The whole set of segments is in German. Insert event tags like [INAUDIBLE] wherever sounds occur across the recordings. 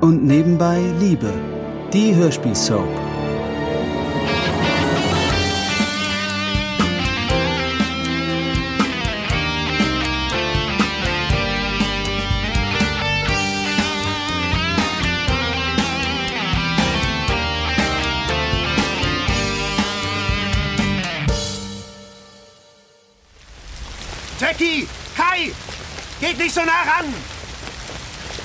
Und nebenbei Liebe, die Hörspielsoap. Jackie! Kai! Geht nicht so nah ran!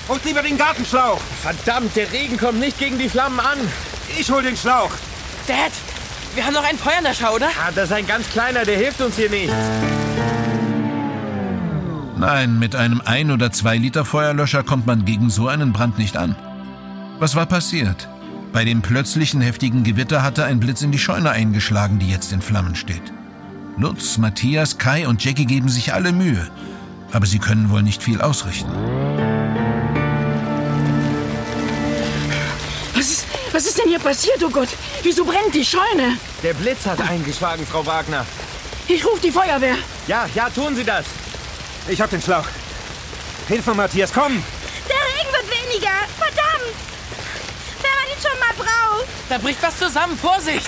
Holt lieber den Gartenschlauch! Verdammt, der Regen kommt nicht gegen die Flammen an. Ich hol den Schlauch! Dad, wir haben noch ein Feuer in der Schau, oder? Ah, das ist ein ganz kleiner, der hilft uns hier nicht. Nein, mit einem ein oder zwei Liter Feuerlöscher kommt man gegen so einen Brand nicht an. Was war passiert? Bei dem plötzlichen heftigen Gewitter hatte ein Blitz in die Scheune eingeschlagen, die jetzt in Flammen steht. Lutz, Matthias, Kai und Jackie geben sich alle Mühe, aber sie können wohl nicht viel ausrichten. Was ist, was ist denn hier passiert, oh Gott? Wieso brennt die Scheune? Der Blitz hat eingeschlagen, Frau Wagner. Ich rufe die Feuerwehr. Ja, ja, tun Sie das. Ich hab den Schlauch! Hilfe, Matthias, komm! Der Regen wird weniger. Verdammt! Wenn man ihn schon mal braucht. Da bricht was zusammen. Vorsicht!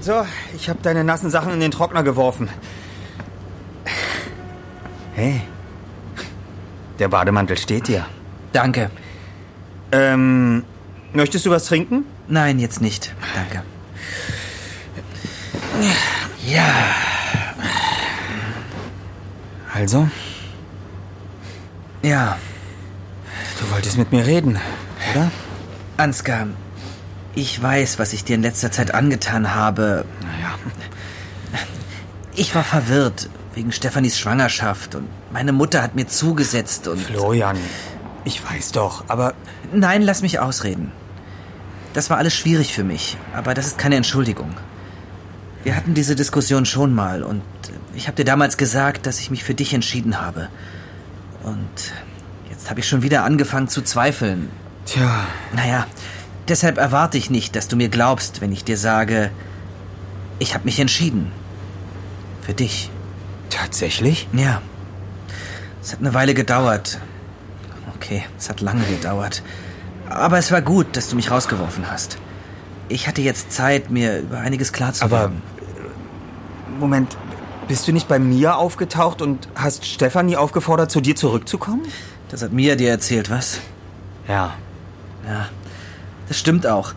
So, ich habe deine nassen Sachen in den Trockner geworfen. Hey, der Bademantel steht dir. Danke. Ähm, möchtest du was trinken? Nein, jetzt nicht. [LAUGHS] Danke. Ja. Also, Ja, du wolltest mit mir reden, oder? Ansgar, ich weiß, was ich dir in letzter Zeit angetan habe. Naja. Ich war verwirrt wegen Stefanis Schwangerschaft und meine Mutter hat mir zugesetzt und. Florian, ich weiß doch, aber Nein, lass mich ausreden. Das war alles schwierig für mich, aber das ist keine Entschuldigung. Wir hatten diese Diskussion schon mal und ich habe dir damals gesagt, dass ich mich für dich entschieden habe. Und jetzt habe ich schon wieder angefangen zu zweifeln. tja, Naja, deshalb erwarte ich nicht, dass du mir glaubst, wenn ich dir sage, ich habe mich entschieden. Für dich. tatsächlich? Ja. Es hat eine Weile gedauert. Okay, es hat lange gedauert. Aber es war gut, dass du mich rausgeworfen hast. Ich hatte jetzt Zeit, mir über einiges klar zu Aber werden. äh, Moment, bist du nicht bei mir aufgetaucht und hast Stefanie aufgefordert, zu dir zurückzukommen? Das hat Mia dir erzählt, was? Ja. Ja, das stimmt auch.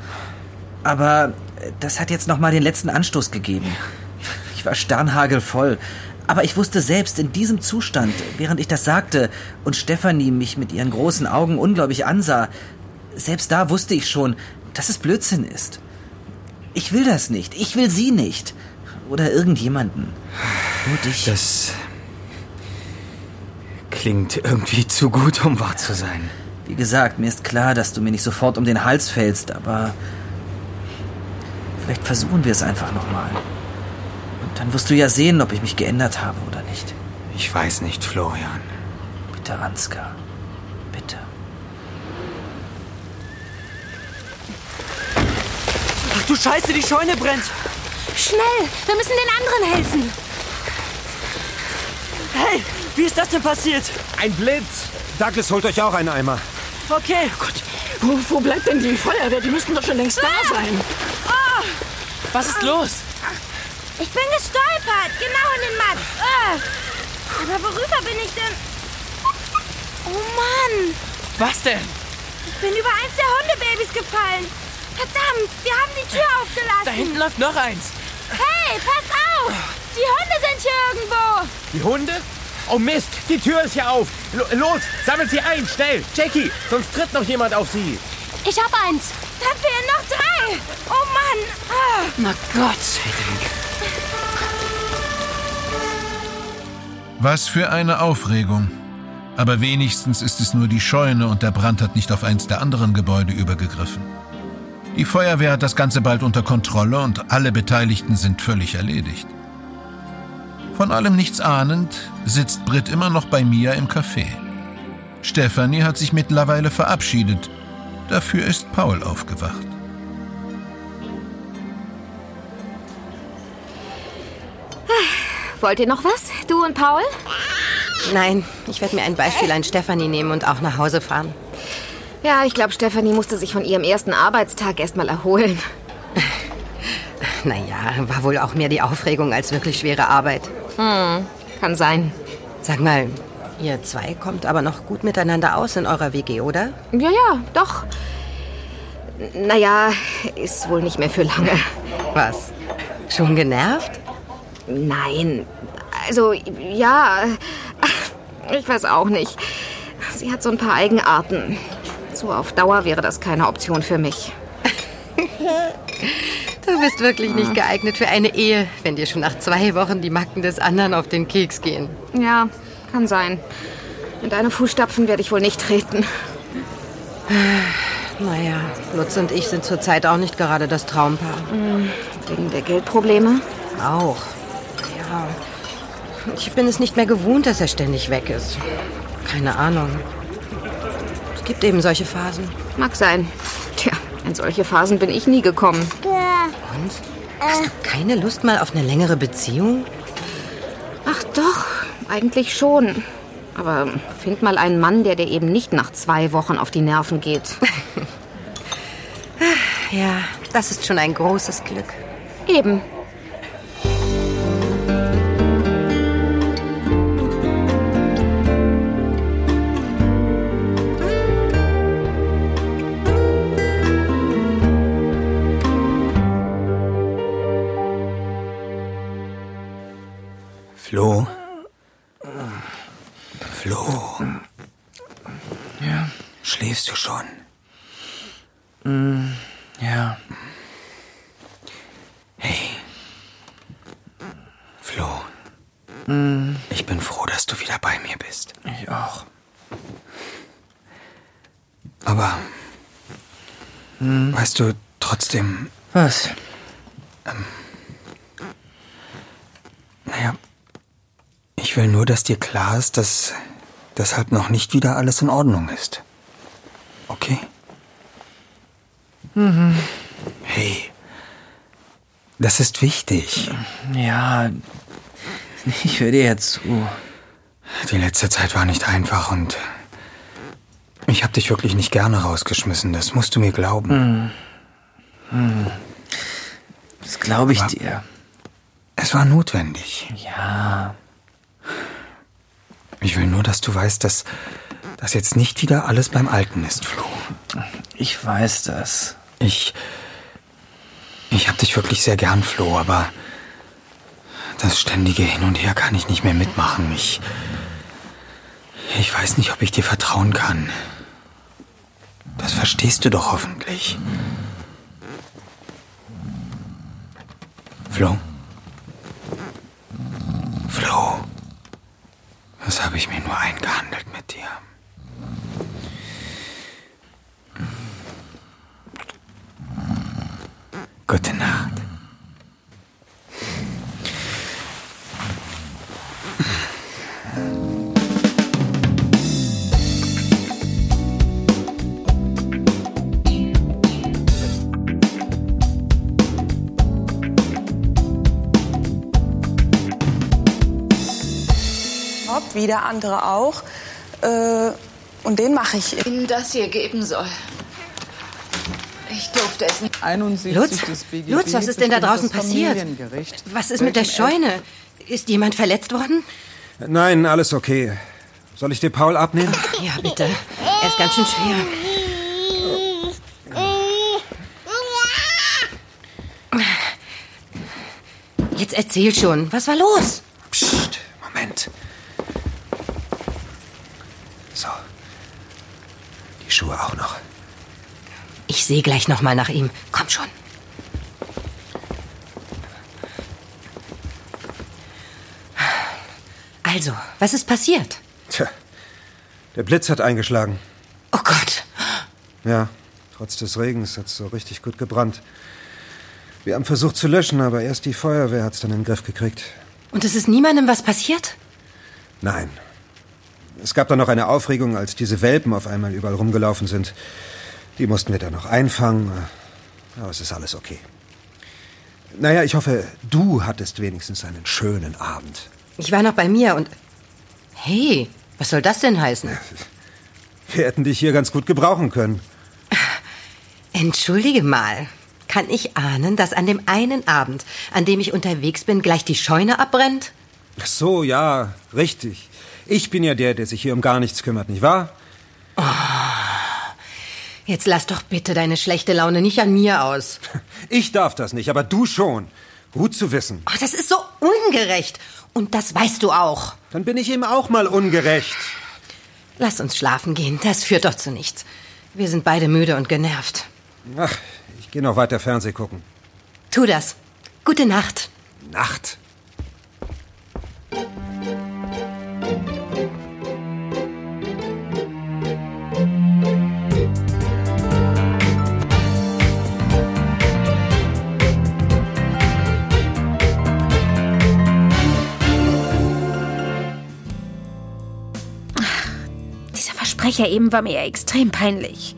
Aber äh, das hat jetzt nochmal den letzten Anstoß gegeben. Ich war sternhagelvoll. Aber ich wusste selbst in diesem Zustand, während ich das sagte und Stefanie mich mit ihren großen Augen unglaublich ansah, selbst da wusste ich schon, dass es Blödsinn ist. Ich will das nicht. Ich will sie nicht. Oder irgendjemanden. Nur dich. Das klingt irgendwie zu gut, um wahr zu sein. Wie gesagt, mir ist klar, dass du mir nicht sofort um den Hals fällst, aber vielleicht versuchen wir es einfach nochmal. Und dann wirst du ja sehen, ob ich mich geändert habe oder nicht. Ich weiß nicht, Florian. Bitte, Ansgar. Bitte. Ach du Scheiße, die Scheune brennt. Schnell, wir müssen den anderen helfen. Hey, wie ist das denn passiert? Ein Blitz. Douglas holt euch auch einen Eimer. Okay, Gott, wo, wo bleibt denn die Feuerwehr? Die müssten doch schon längst da Ah! sein. was ist los? Oh. Ich bin gestolpert, genau in den Matsch. Äh. Aber worüber bin ich denn? Oh Mann, Was denn? ich bin über eins der Hundebabys gefallen. Verdammt, wir haben die Tür Da hinten aufgelassen. läuft noch eins. Hey, pass auf! Die Hunde sind hier irgendwo. Die Hunde? Oh Mist, die Tür ist ja auf. Lo- los, sammelt sie ein, schnell. Jackie, sonst tritt noch jemand auf sie. Ich hab eins. Dann fehlen noch drei. Oh Mann. Ah. Na Gott. Was für eine Aufregung. Aber wenigstens ist es nur die Scheune und der Brand hat nicht auf eins der anderen Gebäude übergegriffen. Die Feuerwehr hat das Ganze bald unter Kontrolle und alle Beteiligten sind völlig erledigt. Von allem nichts ahnend sitzt Britt immer noch bei Mia im Café. Stefanie hat sich mittlerweile verabschiedet. Dafür ist Paul aufgewacht. Wollt ihr noch was? Du und Paul? Nein, ich werde mir ein Beispiel an Stefanie nehmen und auch nach Hause fahren. Ja, ich glaube, Stefanie musste sich von ihrem ersten Arbeitstag erstmal erholen. Naja, war wohl auch mehr die Aufregung als wirklich schwere Arbeit. Hm, kann sein. Sag mal, ihr zwei kommt aber noch gut miteinander aus in eurer WG, oder? Ja, ja, doch. Naja, ist wohl nicht mehr für lange. Was? Schon genervt? Nein. Also, ja. Ich weiß auch nicht. Sie hat so ein paar Eigenarten. So auf Dauer wäre das keine Option für mich. Du bist wirklich Hm. nicht geeignet für eine Ehe, wenn dir schon nach zwei Wochen die Macken des anderen auf den Keks gehen. Ja, kann sein. In deine Fußstapfen werde ich wohl nicht treten. Ah, Naja, Lutz und ich sind zurzeit auch nicht gerade das Traumpaar. Hm, Wegen der Geldprobleme? Auch. Ja. Ich bin es nicht mehr gewohnt, dass er ständig weg ist. Keine Ahnung. Es gibt eben solche Phasen. Mag sein. Tja, in solche Phasen bin ich nie gekommen. Und? Hast du keine Lust mal auf eine längere Beziehung? Ach doch, eigentlich schon. Aber find mal einen Mann, der dir eben nicht nach zwei Wochen auf die Nerven geht. [LAUGHS] Ja, das ist schon ein großes Glück. Eben. Flo? Flo? Ja. Schläfst du schon? Mm, Ja. Flo, ich bin froh, dass du wieder bei mir bist. Mm. Ich auch. Aber weißt du, trotzdem, Mm. ähm, Was? naja, ich will nur, dass dir klar ist, dass deshalb noch nicht wieder alles in Ordnung ist. Okay? Hey, das ist wichtig. Ja. Ich höre dir ja zu. Die letzte Zeit war nicht einfach und ich habe dich wirklich nicht gerne rausgeschmissen, das musst du mir glauben. Hm. Das glaube ich Aber- dir. Es war notwendig. Ja. Ich will nur, dass du weißt, dass das jetzt nicht wieder alles beim Alten ist, Flo. Ich weiß das. Ich. Ich hab dich wirklich sehr gern, Flo, aber das ständige Hin und Her kann ich nicht mehr mitmachen. Ich. Ich weiß nicht, ob ich dir vertrauen kann. Das verstehst du doch hoffentlich. Flo? Flo? Was habe ich mir nur eingehandelt mit dir? Gute Nacht. Ah. Job, wie der andere auch. Äh, und den mache ich. Ihnen das hier geben soll. Ich durfte es nicht. 71 Lutz, des BGB Lutz, was ist denn da bestimmt draußen das passiert? Familiengericht, Was ist mit der welchem Eltern- Scheune? Ist jemand verletzt worden? Nein, alles okay. Soll ich dir Paul abnehmen? Ja, bitte. Er ist ganz schön schwer. Jetzt erzähl schon. Was war los? Psst, Moment. So. Die Schuhe auch noch. Ich sehe gleich noch mal nach ihm. Komm schon. Also, was ist passiert? Tja, der Blitz hat eingeschlagen. Oh Gott. Ja, trotz des Regens hat's so richtig gut gebrannt. Wir haben versucht zu löschen, aber erst die Feuerwehr hat's dann in den Griff gekriegt. Und es ist niemandem was passiert? Nein. Es gab dann noch eine Aufregung, als diese Welpen auf einmal überall rumgelaufen sind. Die mussten wir dann noch einfangen. Aber es ist alles okay. Naja, ich hoffe, du hattest wenigstens einen schönen Abend. Ich war noch bei mir und. Hey, was soll das denn heißen? Wir hätten dich hier ganz gut gebrauchen können. [LAUGHS] Entschuldige mal. Kann ich ahnen, dass an dem einen Abend, an dem ich unterwegs bin, gleich die Scheune abbrennt? Ach so, ja, richtig. Ich bin ja der, der sich hier um gar nichts kümmert, nicht wahr? Jetzt lass doch bitte deine schlechte Laune nicht an mir [LAUGHS] aus. Ich darf das nicht, aber du schon. Gut zu wissen. Ach, das ist so ungerecht. Und das weißt du auch. Dann bin ich eben auch mal ungerecht. Lass uns schlafen gehen. Das führt doch zu nichts. Wir sind beide müde und genervt. Ach, ich gehe noch weiter Fernseh gucken. Tu das. Gute Nacht. Nacht. Dieser Versprecher eben war mir ja extrem peinlich.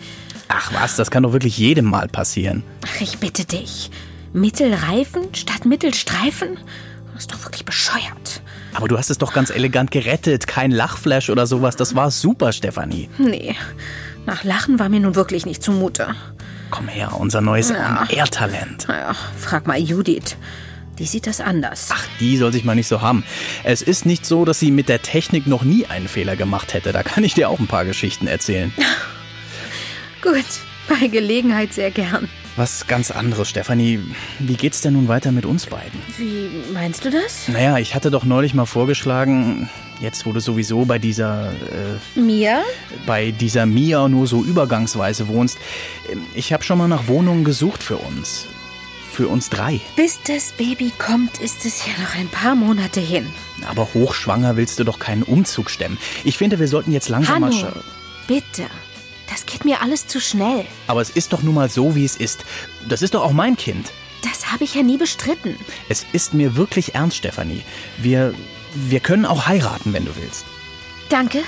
Ach was, das kann doch wirklich jedem Mal passieren. Ach, ich bitte dich. Mittelreifen statt Mittelstreifen? Das ist doch wirklich bescheuert. Aber du hast es doch ganz elegant gerettet. Kein Lachflash oder sowas. Das war super, Stefanie. Nee, nach Lachen war mir nun wirklich nicht zumute. Komm her, unser neues On-Air-Talent. Naja, frag mal Judith. Die sieht das anders. Ach, Die soll sich mal nicht so haben. Es ist nicht so, dass sie mit der Technik noch nie einen Fehler gemacht hätte. Da kann ich dir auch ein paar Geschichten erzählen. [LAUGHS] gut. Bei Gelegenheit sehr gern. Was ganz anderes, Stefanie. Wie geht's denn nun weiter mit uns beiden? Wie meinst du das? Naja, ich hatte doch neulich mal vorgeschlagen, jetzt wo du sowieso bei dieser, äh, Mia? bei dieser Mia nur so übergangsweise wohnst, ähm, ich habe schon mal nach Wohnungen gesucht für uns. Für uns drei. Bis das Baby kommt, ist es ja noch ein paar Monate hin. Aber hochschwanger willst du doch keinen Umzug stemmen. Ich finde, wir sollten jetzt langsam mal Hanno, schauen. bitte. Das geht mir alles zu schnell. Aber es ist doch nun mal so, wie es ist. Das ist doch auch mein Kind. Das habe ich ja nie bestritten. Es ist mir wirklich ernst, Stefanie. Wir, wir können auch heiraten, wenn du willst. Danke,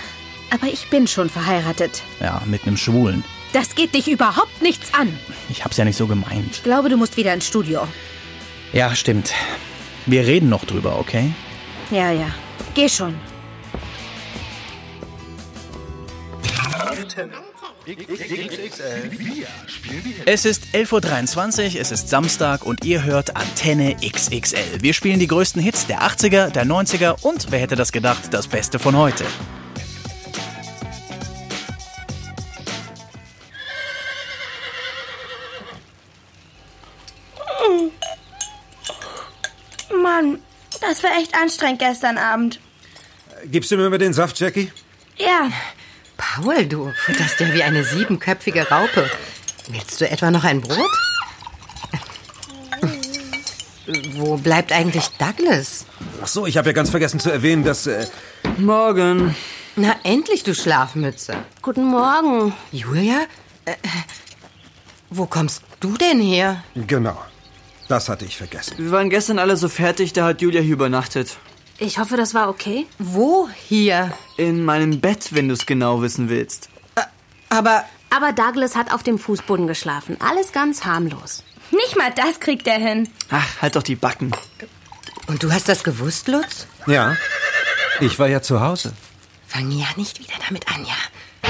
aber ich bin schon verheiratet. Ja, mit einem Schwulen. Das geht dich überhaupt nichts an. Ich hab's ja nicht so gemeint. Ich glaube, du musst wieder ins Studio. Ja, stimmt. Wir reden noch drüber, okay? Ja, ja. Geh schon. Es ist 11.23 Uhr, es ist Samstag und ihr hört Antenne XXL. Wir spielen die größten Hits der 80er, der 90er und, wer hätte das gedacht, das Beste von heute. Mann, das war echt anstrengend gestern Abend. Gibst du mir mal den Saft, Jackie? Ja, Paul, du futterst ja wie eine siebenköpfige Raupe. Willst du etwa noch ein Brot? Äh, Wo bleibt eigentlich Douglas? Ach so, ich habe ja ganz vergessen zu erwähnen, dass... Äh, Morgen. Na, endlich, du Schlafmütze. Guten Morgen. Julia? Äh, wo kommst du denn her? genau, das hatte ich vergessen. Wir waren gestern alle so fertig, da hat Julia hier übernachtet. Ich hoffe, das war okay. Wo hier? In meinem Bett, wenn du es genau wissen willst. Aber. Aber Douglas hat auf dem Fußboden geschlafen. Alles ganz harmlos. nicht mal das kriegt er hin. Ach, halt doch die Backen. Und du hast das gewusst, Lutz? Ja, ich war ja zu Hause. Fang ja nicht wieder damit an, ja.